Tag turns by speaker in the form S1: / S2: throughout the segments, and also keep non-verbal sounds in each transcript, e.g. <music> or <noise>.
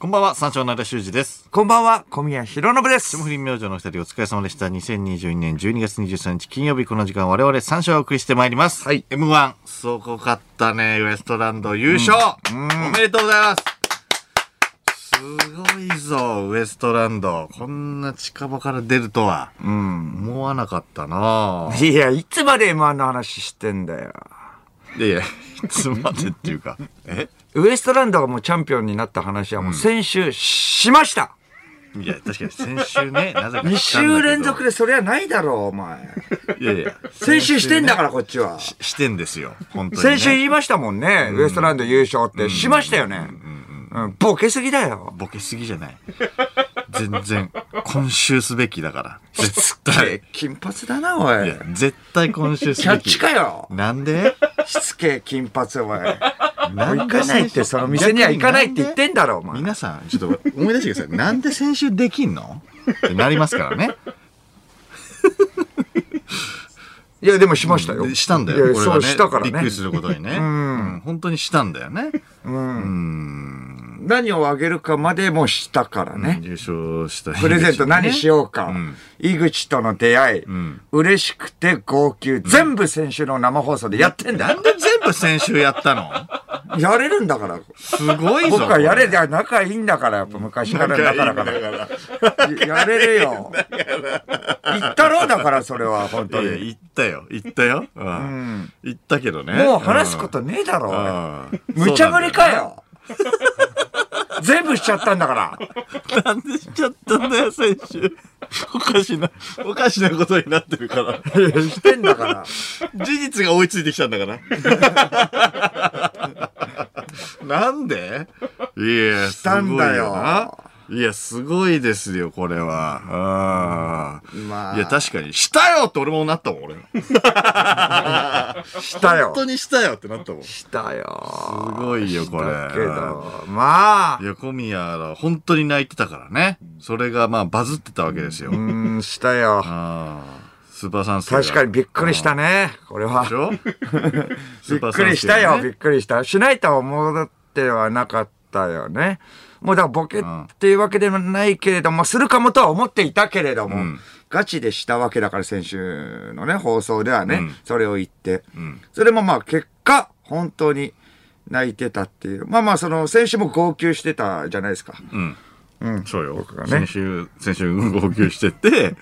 S1: こんばんは、三照の修二です。
S2: こんばんは、小宮弘信です
S1: 霜。降り明星のお二人お疲れ様でした。2022年12月23日金曜日この時間我々三照をお送りしてまいります。
S2: はい
S1: M1、すごかったね、ウエストランド優勝、おめでとうございますすごいぞ、ウエストランド。こんな近場から出るとは、思わなかったな
S2: いや、いつまで M1 の話してんだよ。
S1: <laughs> いやいや、 <laughs> いつまでっていうか、え
S2: ウエストランドがもうチャンピオンになった話はもう先週しました、
S1: いや、確かに先週ね、な <laughs> ぜか
S2: !2 週連続
S1: で。
S2: でそりゃないだろう、お前。
S1: いやいや、
S2: <laughs> 先週してんだから、こっちは。
S1: ししてんですよ、本当に、ね。
S2: 先週言いましたもんね、ウエストランド優勝って。しましたよね。うん、ボケすぎだよ。
S1: ボケすぎじゃない。全然、今週すべきだから。絶
S2: え
S1: 対。
S2: 金髪だな、お
S1: い
S2: い
S1: や。、絶対今週すべき。
S2: キャッチかよ。
S1: なんで
S2: しつけえ金髪、お前。
S1: な
S2: 行かないって、その店には行かないって言ってんだろ、お前。
S1: 皆さん、ちょっと思い出してください。なんで先週できんのってなりますからね。
S2: いや、でもしましたよ。
S1: でしたんだ
S2: い
S1: よ。
S2: や
S1: 俺は
S2: そう
S1: ね
S2: したからね。
S1: びっくりすることにね。うん本当にしたんだよね。
S2: 何をあげるかまでもしたからね。
S1: 優勝した日
S2: プレゼント何しようか、井口との出会い、
S1: ん
S2: 嬉しくて号泣、全部先週の生放送でやってんだ
S1: な
S2: よ。
S1: んで全部先週やったの
S2: やれるんだから。
S1: すごいぞ。
S2: 僕はやれ
S1: こ
S2: りゃ仲いいんだから、やっぱ昔からだからか
S1: 仲いいん
S2: ら。やれ
S1: <laughs>
S2: るよ。言ったろうだから、それは、本当
S1: いや
S2: に。
S1: 言ったよ。言ったよ。うん
S2: ん
S1: 言ったけどね。
S2: もう話すこ
S1: うん
S2: とねえだろ、俺
S1: うん
S2: 無茶ぶりかよ。全部しちゃったんだから。
S1: なんでしちゃったんだよ、先週。おかしな、おかしなことになってるから。
S2: してんだから。
S1: 事実が追いついてきたんだから。なんでいや、すごい
S2: したんだ
S1: よな
S2: よ。
S1: いや、すごいですよ、これは。うん。
S2: まあ
S1: いや、確かに、したよって俺もなったもん、俺。
S2: したよ
S1: 本。当にしたよってなったもん。す
S2: したよ。
S1: ごいよ、これ。
S2: だけど、まあ
S1: い、や、小宮は本当に泣いてたからね。それがまあバズってたわけですよ。
S2: うーん、したよ。
S1: ああ、スーパーサンスケが
S2: 確かにびっくりしたね、これは
S1: でし。
S2: <laughs>
S1: ょ
S2: びっくりしたよ、びっくりした。しないとは思ってはなかったよね。もうだからボケっていうわけでもないけれども、するかもとは思っていたけれども、ガチでしたわけだから、先週のね、放送ではね、
S1: うん
S2: それを言って。
S1: ん
S2: それもまあ結果、本当に泣いてたっていう。まあまあ、その、先週も号泣してたじゃないですか。
S1: うん。
S2: うん。
S1: そうよ。
S2: がね
S1: 先週、先週、うん号泣して
S2: <laughs>
S1: て、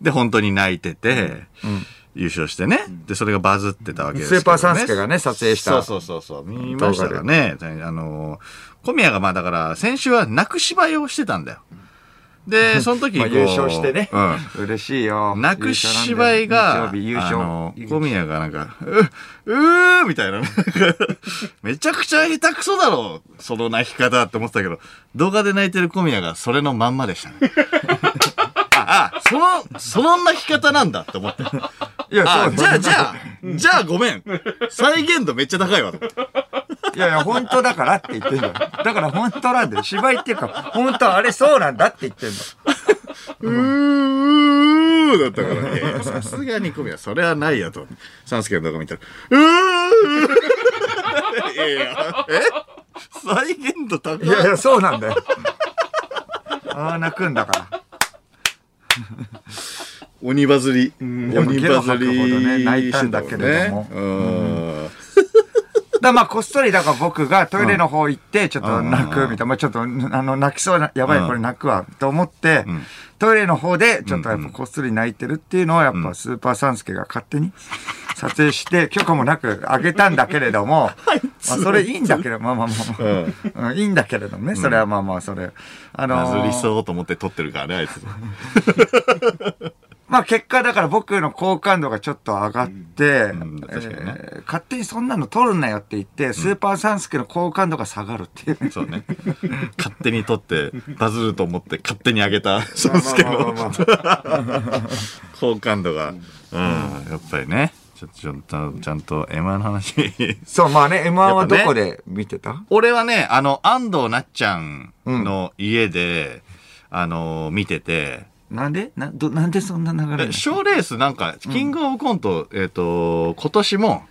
S1: で、本当に泣いてて、優勝してね。で、それがバズってたわけですけど、ね。
S2: スーパーサンスケがね撮影した
S1: そうそうそうそう。見ましたかね。あのー、小宮がまあだから、先週は泣く芝居をしてたんだよ。で、その時に
S2: ま
S1: こ
S2: あ、
S1: う、
S2: 優勝してね。
S1: うん。
S2: 嬉しいよ。
S1: 泣く芝居が、
S2: 日曜日優勝。
S1: あの、小宮がなんか、う、うーみたいな、なん <laughs> かめちゃくちゃ下手くそだろ、その泣き方って思ってたけど、動画で泣いてる小宮がそれのまんまで
S2: <laughs>
S1: したね。ああ、その、その泣き方なんだって思って。あ
S2: いや、そう
S1: あ、
S2: だ
S1: じゃあ、じゃあ、じゃあごめん。再現度めっちゃ高いわ。
S2: いやいや、本当だからって言ってんだよ。だから本当なんだよ。芝居っていうか、本当あれそうなんだって言ってんだ
S1: うーだったから、いやいやさすがに小宮、それはないやと。サンスケの動画見たら、うーいやいや、え再現度高い。
S2: よ。いやいや、そうなんだよ。ああ、泣くんだから。
S1: 鬼バズり。
S2: やっぱ
S1: 鬼
S2: ゲ
S1: バ
S2: ロ
S1: ズ
S2: 吐くほどね
S1: り。
S2: 泣いたんだけれども
S1: してたんね。
S2: だからまあ、こっそり、だから僕がトイレの方行って、ちょっと泣くみたいな。まあ、ちょっと、あの、泣きそうな、やば
S1: うん
S2: い、これ泣くわ、と思って、トイレの方で、ちょっとやっぱこっそり泣いてるっていうのを、やっぱスーパーサンスケが勝手に撮影して、許可もなくあげたんだけれ
S1: <laughs>
S2: ども、まあ、それいいんだけど、まあまあまあまあ、うんいいんだけれどもね、それはまあまあ、それ。
S1: バ
S2: あのー
S1: ズりそうと思って撮ってるからね、あいつ。
S2: まあ結果だから僕の好感度がちょっと上がって、
S1: ん確かにね
S2: えー勝手にそんなの取るなよって言って、スーパーサンスケの好感度が下がるっていう。
S1: そうね。勝手に撮って、バズると思って勝手に上げた、サンスケの
S2: まあまあまあまあ
S1: 好感度が。うん、やっぱりね。ちょっと、ちょっと、ちゃんと M1 の話。
S2: そう、まあね、
S1: <laughs>
S2: M1
S1: や
S2: は
S1: っぱ
S2: ど
S1: ね
S2: こで見てた、
S1: 俺はね、あの、安藤なっちゃんの家で、あの、見てて、
S2: なんでなどなんでそんな流れ
S1: え賞レースなんか、キングオブコント、えっ、と、今年も、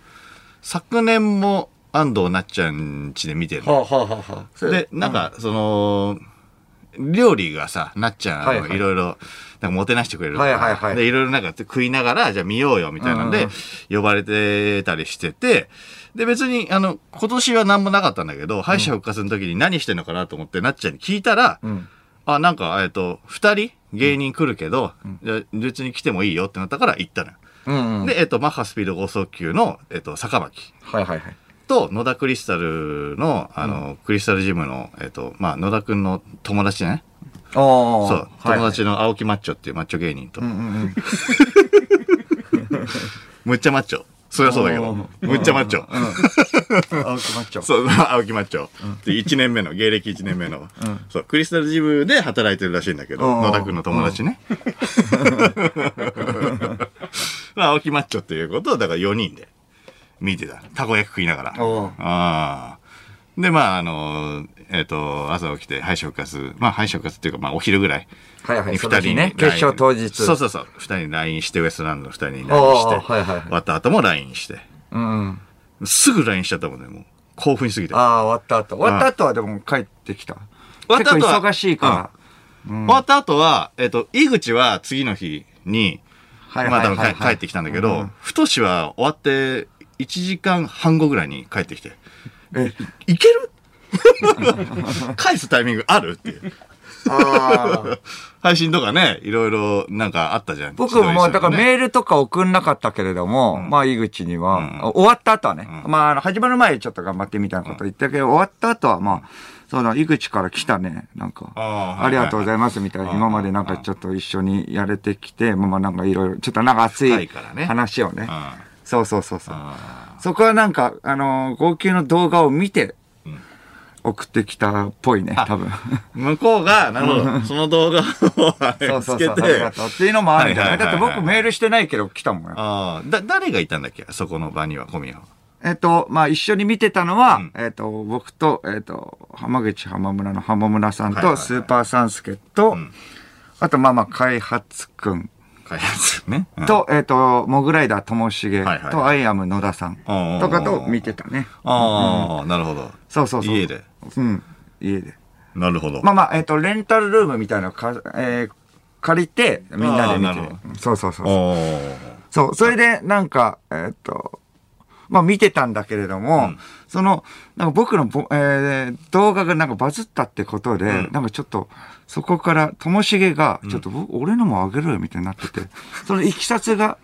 S1: 昨年も、安藤なっちゃん家で見てるの
S2: はあはあはあはあ。
S1: で、なんか、その、料理がさ、なっちゃん、あ
S2: はい
S1: の
S2: はい
S1: いろいろ、なんかもてなしてくれるか
S2: はいはいは
S1: ら、
S2: い
S1: で、いろいろなんか食いながら、じゃあ見ようよ、みたいなん
S2: うん
S1: で
S2: う、
S1: 呼ばれてたりしてて、で、別に、あの、今年は何もなかったんだけど、敗者復活の時に何してんのかなと思って、なっちゃんに聞いたら、
S2: うん。
S1: あ、なんか、えっと、二人芸人来るけど、じゃあ別に来てもいいよってなったから行ったのよ。
S2: うんうん。
S1: で、えっと、マッハスピード剛速球の、えっと、坂巻
S2: はいはいはい。
S1: と野田クリスタルのあの、クリスタルジムの、えっとまあ、野田くんの友達ね
S2: ああ。
S1: そう
S2: はい
S1: 友。達の青木マッチョっていうマッチョ芸人と、
S2: うんうん <laughs> うん。
S1: むっちゃマッチョそりゃそうだけど
S2: うん
S1: むっちゃマッチ
S2: <laughs>
S1: ョ
S2: 青木マッチ
S1: <laughs>
S2: ョ。
S1: そう青木マッチョって1年目の芸歴1年目の、そうクリスタルジムで働いてるらしいんだけど、
S2: うん
S1: 野田くんの友達ね、 <laughs> まあ青木マッチョっていうことをだから4人で見てたたこ焼き食いながら
S2: おう
S1: ああ。で、まあ、あの、えっ、と、朝起きて、敗者復活、まあ、敗者復活っていうか、まあ、お昼ぐらい
S2: はいは
S1: に
S2: い。
S1: 二人
S2: そ
S1: に
S2: の日ね。決
S1: LINE
S2: 勝当日。
S1: そうそうそう。二人に LINE して、ウエストランドの二人に LINE して、
S2: おーはいはい
S1: 終わった後も LINE して、
S2: うんうん。
S1: すぐ LINE しちゃったもんね、もう。興奮しすぎて。
S2: ああ、終わった後。終わった後はでも帰ってきた。
S1: 終わっ
S2: 結
S1: た後
S2: 構
S1: は
S2: 忙しいから。
S1: 終わった後は、えっ、と、井口は次の日に、
S2: はいはいはいはい
S1: まあ、多分帰帰ってきたんだけど、
S2: うん
S1: 太しは終わって、1時間半後ぐらいに帰ってきて、
S2: え、
S1: いける <laughs> 返すタイミングあるっていう。
S2: ああ。
S1: 配信とかね、いろいろなんかあったじゃん。
S2: 僕もまあ、だから
S1: ー
S2: メールとか送んなかったけれども、まあ、井口には、
S1: うん
S2: あ終わった後はね、
S1: うん
S2: まああの、始まる前にちょっと頑張ってみたいなこと言ったけど、終わった後は、まあ、その、井口から来たね、なんか、
S1: ああはいはい
S2: ありがとうございますみたいな、
S1: うん
S2: 今までなんかちょっと一緒にやれてきて、まあ、なんかいろいろ、ちょっとなんか熱
S1: 深い
S2: い
S1: からね
S2: 話をね、
S1: あ
S2: そうそうそうそう。
S1: あ
S2: そこはなんか、あのー号泣の動画を見て、送ってきたっぽいね、多分。
S1: <laughs> 向こうが、なるほど、その動画をあれ
S2: そうそ
S1: つ
S2: うそ
S1: け
S2: う、あり
S1: て
S2: が、とうっていうのもあるんじゃない
S1: はいはいはい
S2: だって僕メールしてないけど来たもんよ。
S1: ああ、だ、誰がいたんだっけそこの場には、小宮は。
S2: えっと、まあ、一緒に見てたのは、
S1: うん
S2: えっと、僕と、えっと、浜口浜村の浜村さ
S1: は
S2: ん
S1: いはい
S2: と、
S1: はい
S2: スーパーサンスケと、
S1: ん
S2: あと、まあまあ、開発くん
S1: 開発ね。うん、
S2: と、えっと、モグライダーともしげ
S1: はいはい
S2: と、アイアム野田さん
S1: おうおうおう
S2: とかと見てたね。
S1: ああ、なるほど。
S2: そうそうそう。
S1: 家で。
S2: うん、家で。
S1: なるほど。
S2: まあまあ、えっと、レンタルルームみたいなのか、えー借りて、みんなで見
S1: あーなる
S2: て
S1: ほど
S2: うん。そうそうそうそう。
S1: お
S2: そう、それで、なんか、えーっと、まあ見てたんだけれども、
S1: ん
S2: その、なんか僕のぼ、えー動画がなんかバズったってことで、
S1: うん
S2: なんかちょっと、そこから、ともしげが、ちょっと、僕俺のもあげろよ、みたいになってて、 <laughs> そのいきさつが、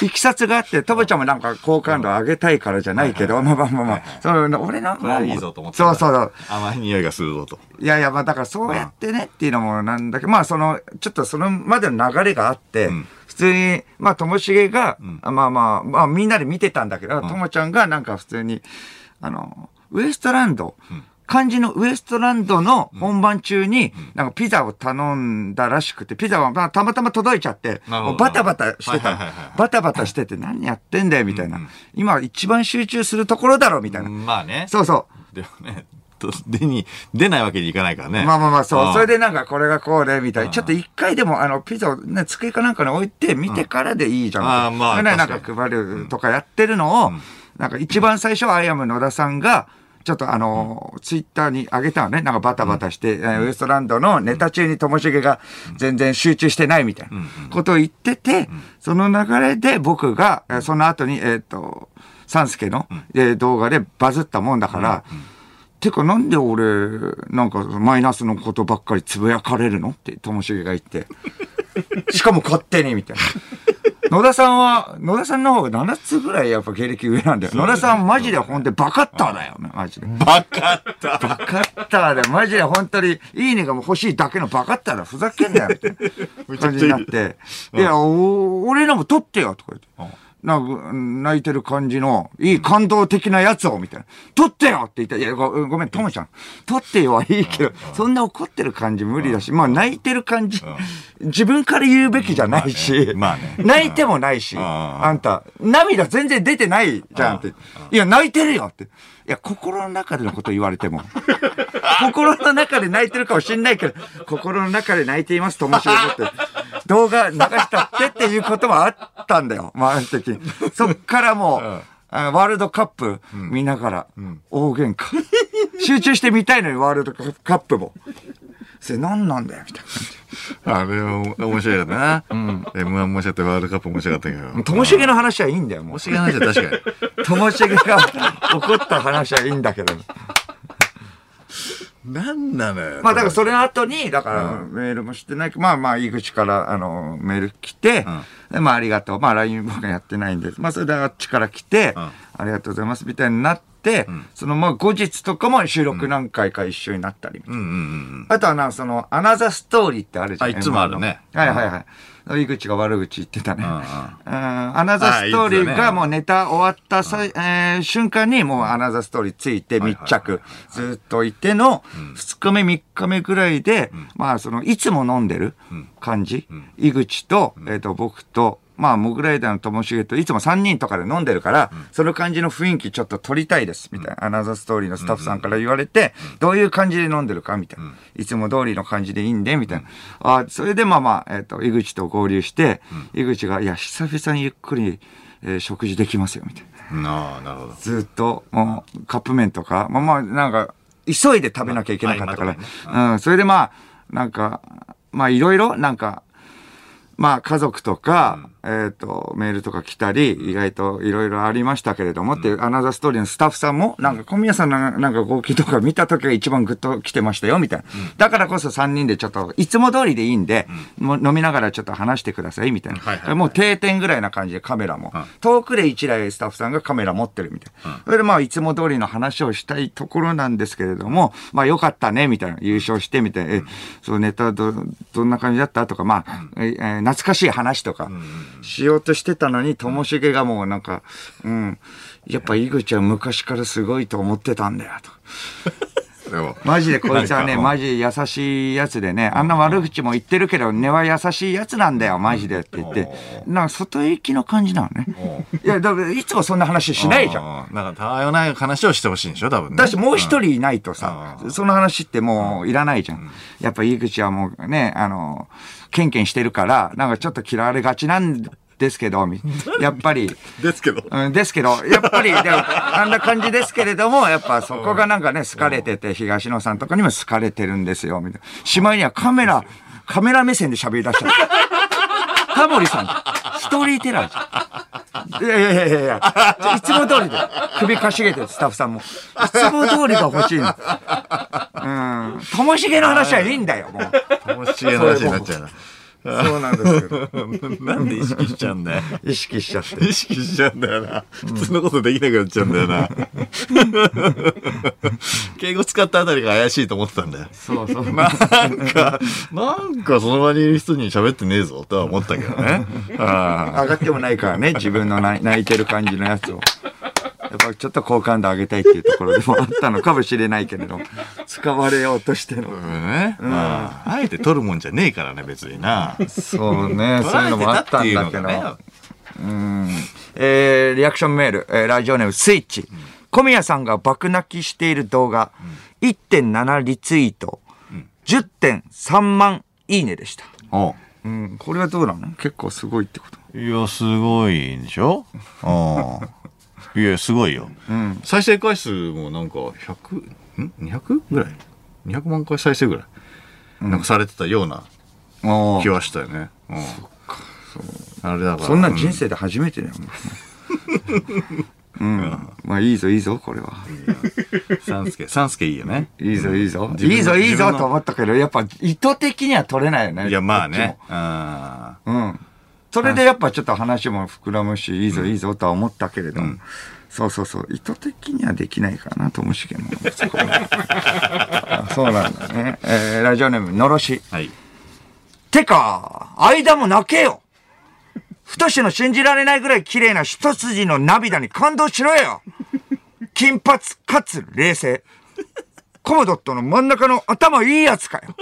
S2: いきさつがあって、ともちゃんもなんか好感度上げたいからじゃないけど、まあまあまあまあ、その、俺なん
S1: これは
S2: か、
S1: いいぞと思って
S2: そうそうそう。
S1: 甘い匂いがするぞと。
S2: いやいや、まあだからそうやってねっていうのもなんだけど、まあその、ちょっとそのまでの流れがあって、
S1: ん
S2: 普通に、まあともしげが、あまあまあ、まあみんなで見てたんだけど、ともちゃんがなんか普通に、あの、ウエストランド、漢字のウエストランドの本番中に、なんかピザを頼んだらしくて、ピザはまあたまたま届いちゃって、
S1: なるほど
S2: もうバタバタして
S1: はいはい
S2: た
S1: はいはい。
S2: バタバタしてて何やってんだよみたいな。今一番集中するところだろみたいな。
S1: まあね。
S2: そうそう。
S1: でもね、と出に、出ないわけにいかないからね。
S2: まあまあまあ、そう。それ
S1: で、
S2: でなんか、これがこうで、みたいな。ちょっと一回でも、あの、ピザをね、机かなんかに置いて、見てからでいいじゃん。
S1: うんあーまあ
S2: それでなん
S1: 確か
S2: か配るとかやってるのを、なんか一番最初、アイアム野田さんが、ちょっとあのツイッターに上げたのね、なんかバタバタして、えーウエストランドのネタ中にともしげが全然集中してないみたいなことを言ってて、その流れで僕が、えーその後に、えっ、と、サンスケの、えー動画でバズったもんだから、てかなんで俺なんかマイナスのことばっかりつぶやかれるのってともしげが言ってしかも勝手にみたいな野田さんは野田さんの方が7つぐらいやっぱ芸歴上なんだよ、野田さんマジでほんでバカッターだよマジで
S1: バカった。
S2: バカッターだよマジで本当にいいねがもう欲しいだけのバカッターだよふざけん
S1: <laughs>
S2: なよみたいな
S1: ちゃく
S2: 感じ
S1: ちゃい
S2: に
S1: い
S2: なって「いやお俺のも撮ってよ」とか言って。なんかうん泣いてる感じの、いい感動的なやつを、みたいな。撮ってよって言ったら、いや、ごごめん、ともちゃん。撮ってよはいいけど、そんな怒ってる感じ無理だし、まあ泣いてる感じ、自分から言うべきじゃないし、
S1: まあねまあね
S2: 泣いてもないし、
S1: ん
S2: あんた、涙全然出てないじゃんって。いや、泣いてるよって。いや、心の中でのこと言われ <laughs> ても。心の中で泣いてるかもしんないけど、心の中で泣いていますともしげだって、 <laughs> 動画流したってっていうこともあったんだよ、まあ、あの時。そっからもう、あワールドカップ見ながら大喧嘩。集中して見たいのにワールドカップも。それ何なんだよみたい
S1: あれは面白いよな。うん。M1 面白かった、ワールドカップ面白かったけど。
S2: な。ともしげの話はいいんだよ、も
S1: 面白い話は確か
S2: う。ともしげが怒った話はいいんだけど。
S1: に。なんなのよ。
S2: <laughs> まあだからそれの後に、だからメールもしてないけど、まあまあ井口からあのメール来て、でまあありがとう。まあ LINE 僕はやってないんです。まあそれであっちから来て、
S1: ん
S2: ありがとうございますみたいになって、そのまあ後日とかも収録何回か一緒になったりみたいな。
S1: うんうんうん。
S2: あとはな、その、アナザーストーリーってあるじゃ
S1: あ
S2: ん。
S1: いつもあるね
S2: M1 のはいはいはい。井口が悪口言ってたね。
S1: んうん
S2: うんアナザーストーリーがもうネタ終わったさい、えー瞬間にもうアナザーストーリーついて密着、ずっといての、2日目3日目ぐらいで、まあその、いつも飲んでる感じ、井口と、えっ、と、僕と、まあ、モグライダーのともしげといつも3人とかで飲んでるから、その感じの雰囲気ちょっと撮りたいです、みたいな、アナザーストーリーのスタッフさんから言われて、どういう感じで飲んでるか、みたいな、いつも通りの感じでいいんで、みたいな。あそれでまあまあ、えっ、と、井口と合流して、井口が、いや、久々にゆっくり、えー食事できますよ、みたいな。
S1: ああ、なるほど。
S2: ずっと、もう、カップ麺とか、まあまあ、なんか、急いで食べなきゃいけなかったか
S1: まあ
S2: ら
S1: まあ、
S2: うん、それでまあ、なんか、まあいろいろ、なんか、まあ家族とか、えっ、と、メールとか来たり、意外といろいろありましたけれども、っていう、アナザーストーリーのスタッフさんも、なんか小宮さんのなんか号泣とか見た時が一番グッと来てましたよ、みたいな。だからこそ3人でちょっと、いつも通りでいいんで、もう飲みながらちょっと話してください、みたいな。
S1: はいはい
S2: もう定点ぐらいな感じでカメラも。
S1: ん
S2: 遠くで一台スタッフさんがカメラ持ってるみたいな。それでまあ、いつも通りの話をしたいところなんですけれども、まあ、よかったね、みたいな。優勝して、みたいな。え、そのネタど、どんな感じだったとか、まあ、ええー懐かしい話とか、しようとしてたのに、ともしげがもうなんか、うん、やっぱ井口は昔からすごいと思ってたんだよ、と。
S1: でも、
S2: マジでこいつはね、
S1: なんか
S2: マジ優しいやつでね、あんな悪口も言ってるけど、根は優しいやつなんだよ、マジでって言って。なんか外行きの感じなのね。いや、だからいつもそんな話しないじゃん。
S1: ん。なんか、たわいのない話をしてほしいんでしょ、多分ね。
S2: だしもう一人いないとさ
S1: う、
S2: その話ってもういらないじゃん。やっぱ井口はもうね、あの、ケンケンしてるから、なんかちょっと嫌われがちなんですけど、みやっぱり。
S1: ですけど。
S2: うん、ですけど、やっぱり、でも、あんな感じですけれども、やっぱそこがなんかね、好かれてて、東野さんとかにも好かれてるんですよ、みたいな。しまいにはカメラ、カメラ目線で喋り出しちゃった。タモリさん、ストーリーテラーじゃん。いやいやいやいやちょいつも通りで、首かしげてるスタッフさんも。いつも通りが欲しいの。うん。ともしげの話はいいんだよ、もう。
S1: ともしげの話になっちゃうな。
S2: そうなんですけど。
S1: <laughs> なんで意識しちゃうんだよ。
S2: 意識しちゃって。
S1: 意識しちゃうんだよな。普通のことできなくなっちゃうんだよ
S2: <laughs>
S1: な。敬語使ったあたりが怪しいと思ってたんだよ。
S2: そうそう。
S1: なん
S2: <laughs>
S1: か、なんかその場にいる人に喋ってねえぞとは思ったけどね。あ
S2: 上がってもないからね、自分の泣い泣いてる感じのやつを。やっぱちょっと好感度上げたいっていうところでもあったのかもしれないけれど、使われようとして
S1: あ
S2: の。
S1: ね、あああえて取るもんじゃねえからね、別にな。
S2: <laughs> そう <laughs> ね、
S1: 取
S2: そう
S1: ら
S2: い
S1: れ
S2: うの
S1: て
S2: もあ
S1: たっ
S2: ってたん
S1: いう
S2: だ
S1: の
S2: け
S1: が
S2: ど。
S1: ね。
S2: うんえーリアクションメール、えーラジオネームスイッチ、小宮さんが爆泣きしている動画、1.7リツイート、10.3万いいねでした。
S1: お
S2: うん、これはどうなの結構すごいってこと。
S1: いや、すごいんでしょうん。いや、すごいよ。再生回数もなんか、100、ん ?200 ぐらい ?200 万回再生ぐらい、なんかされてたような
S2: あ
S1: 気はしたよね。うん。あれだから。
S2: そんなん
S1: う
S2: 人生で初めてだよ。
S1: <laughs>
S2: うん、まあいいぞいいぞこれは。
S1: サンスケ、サンスケいいよね。
S2: いいぞいいぞ。
S1: 自分の
S2: いいぞいい
S1: 自分の
S2: ぞと思ったけど、やっぱ意図的には取れないよね。
S1: いや、まあ
S2: こ
S1: ね。あ
S2: っちも。うん。それでやっぱちょっと話も膨らむし、いいぞいいぞとは思ったけれども。そうそうそう。意図的にはできないかな、ともし
S1: <laughs>
S2: げも。そこはあそうなんだね。えーラジオネーム、のろし。
S1: ーはい。
S2: てか、間も泣けよ太しの信じられないぐらい綺麗な一筋の涙に感動しろよ金髪かつ冷静。コモドットの真ん中の頭いいやつかよ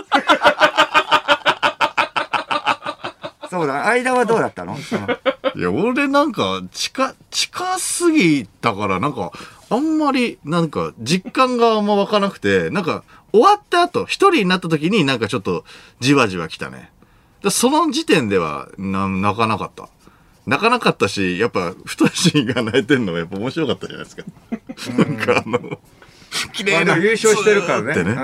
S2: そうだ、間はどうだったのその
S1: いや、俺なんか、近、近すぎたから、なんか、あんまり、なんか、実感があんま湧かなくて、なんか、終わった後、一人になった時になんかちょっと、じわじわ来たね。だその時点ではな、泣かなかった。泣かなかったし、やっぱ、ふとしが泣いてるのはやっぱ面白かったじゃないですか。なんかあの、綺
S2: ま
S1: 麗
S2: あで
S1: な。
S2: も優勝してるからね。
S1: ず
S2: う
S1: ーってね
S2: ん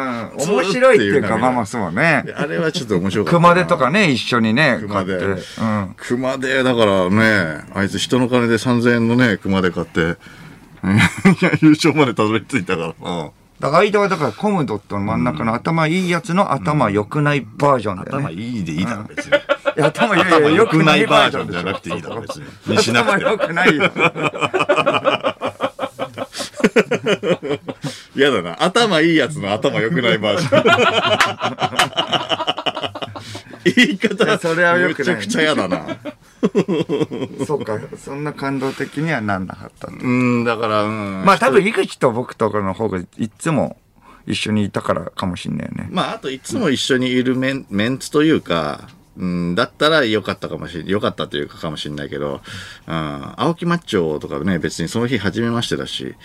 S2: 面白いっていう
S1: ずー
S2: か、
S1: っ
S2: まあまあそうね。
S1: あれはちょっと面白かったな。
S2: 熊手とかね、一緒にね、
S1: 熊
S2: 買っ
S1: 手
S2: て。うん。
S1: 熊手だからねあいつ人の金で3000円のね熊手買って <laughs> うんいや優勝までたどり着いたからな
S2: だから間はだからコムドットの真ん中の頭いいやつの頭良くないバージョンだよね。
S1: いいでいいだろ別に
S2: いや頭いやい
S1: 頭
S2: や
S1: 良
S2: 良
S1: く
S2: く
S1: な
S2: ないい
S1: バ
S2: バ
S1: ージョン
S2: ージョン
S1: じ
S2: じ
S1: ゃな
S2: ゃな
S1: く
S2: く
S1: て
S2: て
S1: い
S2: い
S1: い
S2: い
S1: だ
S2: だ
S1: ろ
S2: ろ
S1: 別
S2: 別
S1: に
S2: に。
S1: にしなく
S2: 頭
S1: ても
S2: 良くな
S1: <laughs>
S2: いよ。
S1: 嫌だな頭いいやつの頭良くないバージョン言い
S2: いや
S1: 方
S2: それは良くな
S1: め
S2: い
S1: ちゃくちゃ嫌だな
S2: そうか、そんな感動的にはなんなかった。
S1: うんだからうん
S2: まあ多分井口と僕とかの方がいつも一緒にいたからかもしんないよね。
S1: まあ、あといつも一緒にいるメンメンツというか、うん、だったら良かったかもしれ良かったというかかもしれないけど、うん、青木マッチョとかね、別にその日初めましてだし、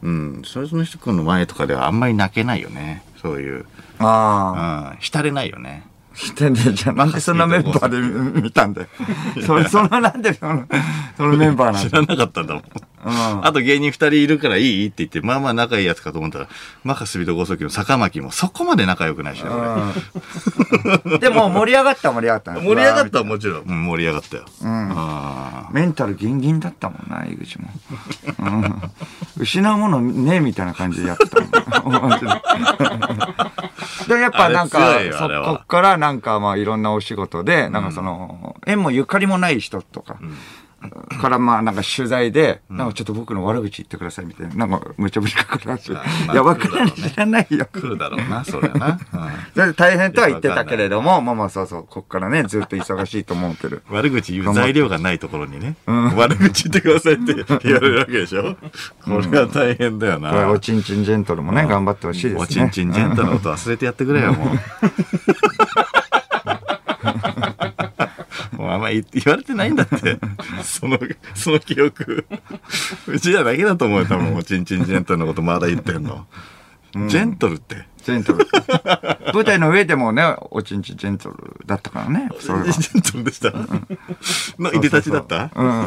S1: うん、それその人の前とかではあんまり泣けないよね。そういう。う
S2: ああ。
S1: ん、浸れないよね。
S2: してんじゃん。なんでそんなメンバーで見たんだよ。 <laughs> それ、そのなんでその、そのメンバーなん
S1: 知
S2: だ
S1: ら
S2: よ。
S1: なかったんだもん。
S2: うん。
S1: あと芸人二人いるからいいって言って、まあまあ仲いいやつかと思ったら、マカスビとゴソキの坂巻もそこまで仲良くないしね、俺
S2: う
S1: <laughs>
S2: んでも盛り上がった盛り上がった
S1: 盛り上がったはもちろん、うん盛り上がったよ。
S2: ん
S1: あ
S2: メンタルギンギンだったもんな井口も、うん失うものねえみたいな感じでやってたもん <laughs> マジででもやっぱなん
S1: あ
S2: か
S1: れ強いよ
S2: そ
S1: あれは
S2: こっからなんかまあいろんなお仕事で、なんかその縁もゆかりもない人とか、からまあなんか取材で、なんかちょっと僕の悪口言ってくださいみたいな、なんかむちゃむちゃかかるし、
S1: まあ
S2: いや、わからない、知らないよ。
S1: ー来るだろうな、そりゃな。うん
S2: それで大変とは言ってたけれども、まあまあそうそう、こっからね、ずっと忙しいと思う
S1: <laughs>
S2: けど。
S1: 悪口言う材料がないところにね、悪口言ってくださいって言われるわけでしょこれは大変だよ
S2: これ
S1: な。
S2: おちんちんジェントルもね、頑張ってほしいですね。
S1: おちんちんジェントルのこと忘れてやってくれよ、も
S2: <laughs>
S1: う。もうあんまり言われてないんだって。その、その記憶。うちらだけだと思うよ、多分。おちんちんジェントルのことまだ言ってんの。ジェントルって。
S2: ジェント
S1: <laughs>
S2: ル。舞台の上でもね、おちんちんジェントルだっ
S1: <laughs>
S2: たからね。
S1: ジ
S2: それは
S1: ェントルでした。の、いでたちだった
S2: うん。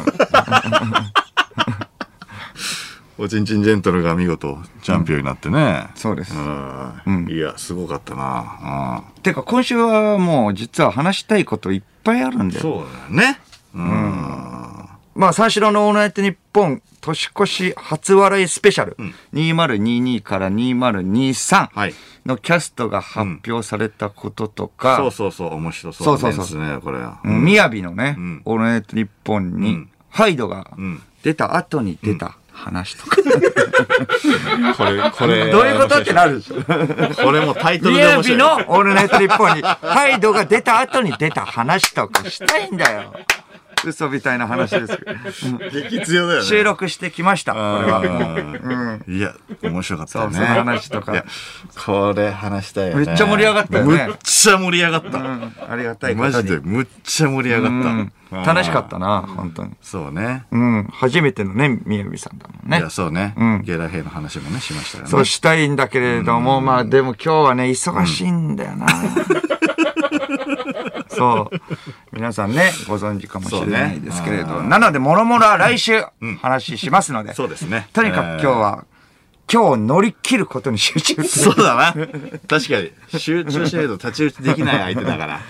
S1: おちんちんジェントルが見事チャンピオンになってね。
S2: そうです。
S1: うん、いや、すごかったな。
S2: てか今週はもう実は話したいこといっぱいある
S1: う
S2: んだ
S1: ん、
S2: よ。
S1: そうだね。うん。
S2: まあ三四郎のオールナイトニッポン年越し初笑いスペシャル、2022から2023
S1: はい
S2: のキャストが発表されたこととか、
S1: そうそうそう、面白そう。
S2: そうそうそ
S1: そ
S2: う
S1: う。ね、これ。う
S2: うん、雅のね、
S1: ん
S2: オールナイトニッポンに、
S1: ん
S2: ハイドが
S1: ん
S2: 出た後に出た話
S1: <laughs>
S2: とか、
S1: これ、これ。
S2: どういう <laughs> ことってなるでしょ
S1: <laughs> これもタイトル
S2: リ
S1: で
S2: ア
S1: 面
S2: ビ
S1: 白い。
S2: のオールナイト日本に、ハイドが出た後に出た話とかしたいんだよ。 <laughs> 嘘みたいな話ですけど。
S1: 激強だよね。
S2: <laughs> 収録してきました、これは。
S1: うんいや、面白かった
S2: そう、
S1: ね。
S2: その話と
S1: いや
S2: か。
S1: これ話したいよね。
S2: めっちゃ盛り上がったよね
S1: むっちゃ盛り上がっ
S2: う
S1: た。
S2: ん、ありがたいこと
S1: マ
S2: に。
S1: ジで、むっちゃ盛り上がった。。
S2: 楽しかったたな、本当に。
S1: そうね。
S2: うん、初めてのね、みやびさんだもん
S1: い
S2: ね
S1: や、。そうね
S2: うん。
S1: ゲラ兵の話もね、しましたからね。
S2: そうしたいんだけれども、まあでも今日はね、忙しいんだよな。 <laughs> そう。皆さんね、ご存知かもしれないですけれ
S1: そう
S2: ど。
S1: ね
S2: なので、もろもろは来週、話しますので。
S1: そうですね
S2: とにかく今日は、今日乗り切ることに集中す
S1: そ
S2: る。
S1: うだな。確かに。集中しないと立ち打ちできない相手だから。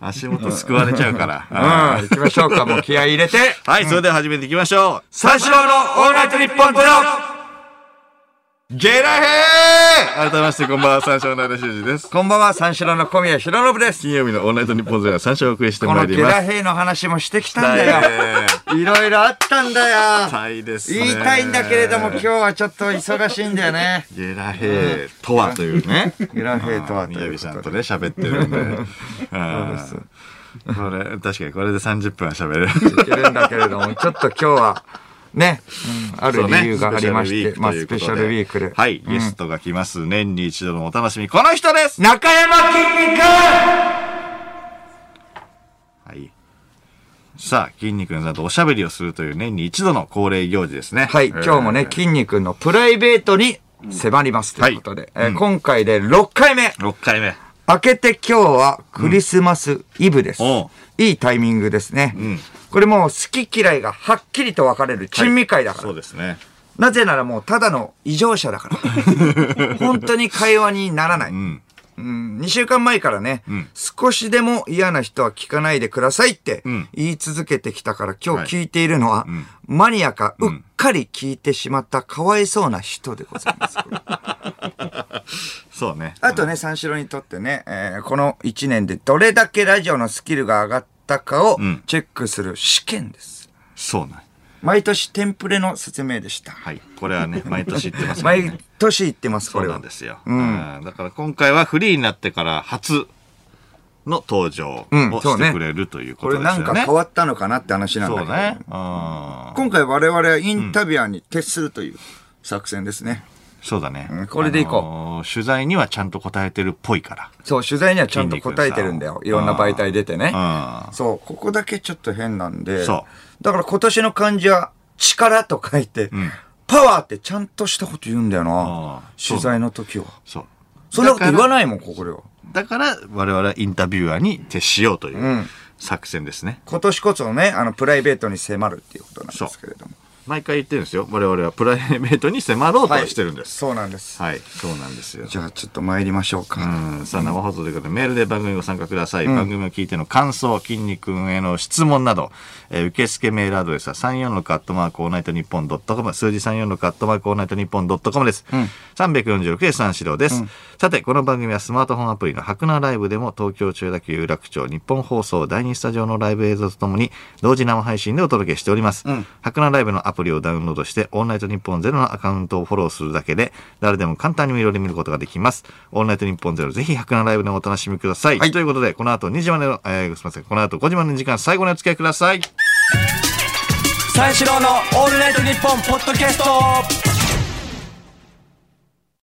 S1: 足元すくわれちゃうから。
S2: うん、行きましょうか。もう気合い入れて。
S1: はい、それでは始めていきましょう。
S2: 三四郎のオールナイトニッポンゼロ
S1: ゲラヘー改めまして、こんばんは、三章の間修二です。
S2: こんばんは、三四郎の小宮弘信です。
S1: 金曜日のオンライト日本勢は三章をお送りして
S2: こ
S1: ま
S2: の
S1: いり
S2: ゲ
S1: ま
S2: ラ
S1: す。
S2: 兵の話もしてきたんだよ。いろいろあったんだよ。
S1: 痛いですね。
S2: 言いたいんだけれども今日はちょっと忙しいんだよね。
S1: ゲラヘーとはというね。
S2: グラフェ <laughs> ーとはと
S1: みや
S2: いう
S1: び
S2: こ
S1: さん
S2: と
S1: と
S2: で。
S1: ね、喋ってるん
S2: <laughs>
S1: で。うんこれ、確かにこれで30分は喋れる。
S2: いけるんだけれども、ちょっと今日は、ね、うんある理由がありまして、まあスペシャルウィークで。
S1: はい、ゲストが来ます。年に一度のお楽しみ、この人です
S2: 中山きんに君
S1: はい。さあ、筋肉のさんとおしゃべりをするという年に一度の恒例行事ですね。
S2: はい、今日もね、きんに君のプライベートに迫りますということで、えー今回で6回目、
S1: 6回目。
S2: 明けて今日はクリスマスイブです。
S1: おう
S2: いいタイミングですね。
S1: ん
S2: これもう好き嫌いがはっきりと分かれる珍味会だから。
S1: そうですね。
S2: なぜならもうただの異常者だ
S1: <laughs>
S2: から。本当に会話にならない。
S1: うん。
S2: うん、2週間前からね、
S1: ん
S2: 少しでも嫌な人は聞かないでくださいって
S1: うん
S2: 言い続けてきたから今日聞いているのは、マニアかうっかり聞いてしまったかわいそうな人でございます。
S1: そうね。
S2: あとね、三四郎にとってね、えーこの1年でどれだけラジオのスキルが上がったかを
S1: ん
S2: チェックする試験です。
S1: そうね。
S2: 毎年テンプレの説明でした。
S1: はい。これは
S2: <laughs>
S1: ね、毎年言ってますからね
S2: 毎年言ってます、
S1: そ
S2: こ
S1: う
S2: れ
S1: な
S2: は
S1: ん。ですよ。
S2: うん
S1: うんだから今回はフリーになってから初の登場
S2: うん
S1: を
S2: そう
S1: し
S2: ね
S1: てくれるというこ
S2: ことれ
S1: ですよね。
S2: なんか変わったのかなって話なんだ
S1: そう
S2: けど。
S1: ね。うん。
S2: 今回我々はインタビュアーに徹するという作戦ですね。
S1: そうだね。
S2: うんこれでいこう
S1: う。取材にはちゃんと答えてるっぽいか
S2: そう、取材にはちゃんと答えてるんだよ。い
S1: 筋肉
S2: ろん
S1: さん
S2: な媒体出てね。
S1: ら。うん。
S2: そう、ここだけちょっと変なんで。
S1: そ
S2: だから今年の漢字は、力と書いて、
S1: ん
S2: パワーってちゃんとしたこと言うんだよな
S1: あ。ー
S2: 取材の時は。
S1: そう。
S2: そんなこと言わ
S1: い
S2: ないもん、ここでは。
S1: だから、我々はインタビュアーに徹しようとい
S2: ん
S1: う作戦ですね。
S2: 今年こそね、あの、プライベートに迫るっていうことなんですけれども。
S1: 毎回言ってるんですよ。我々はプライベートに迫ろうとしてるんです。
S2: そうなんです。
S1: はい。そうなんですよ。
S2: じゃあちょっと参りましょうか。
S1: うんさあ、生放送ということで、メールで番組ご参加ください。番組を聞いての感想、筋肉君への質問など、えー受付メールアドレスは34 6アットマークオールナイトニッポンドットコム、数字34 6アットマークオールナイトニッポンドットコムです。346で三四郎です、さて、この番組はスマートフォンアプリの白菜ライブでも、東京中田区有楽町日本放送第2スタジオのライブ映像とともに、同時生配信でお届けしております。白菜ライブのアプリをダウンロードして、オールナイトニッポンゼロのアカウントをフォローするだけで、誰でも簡単に無料で見ることができます。オールナイトニッポンゼロ、ぜひ白菜ライブでもお楽しみください。
S2: はい
S1: ということで、この後2時までの、えーすみません、この後5時までの時間、最後にお付き合いください。
S3: 三四郎のオールナイトニッポンポッドキャスト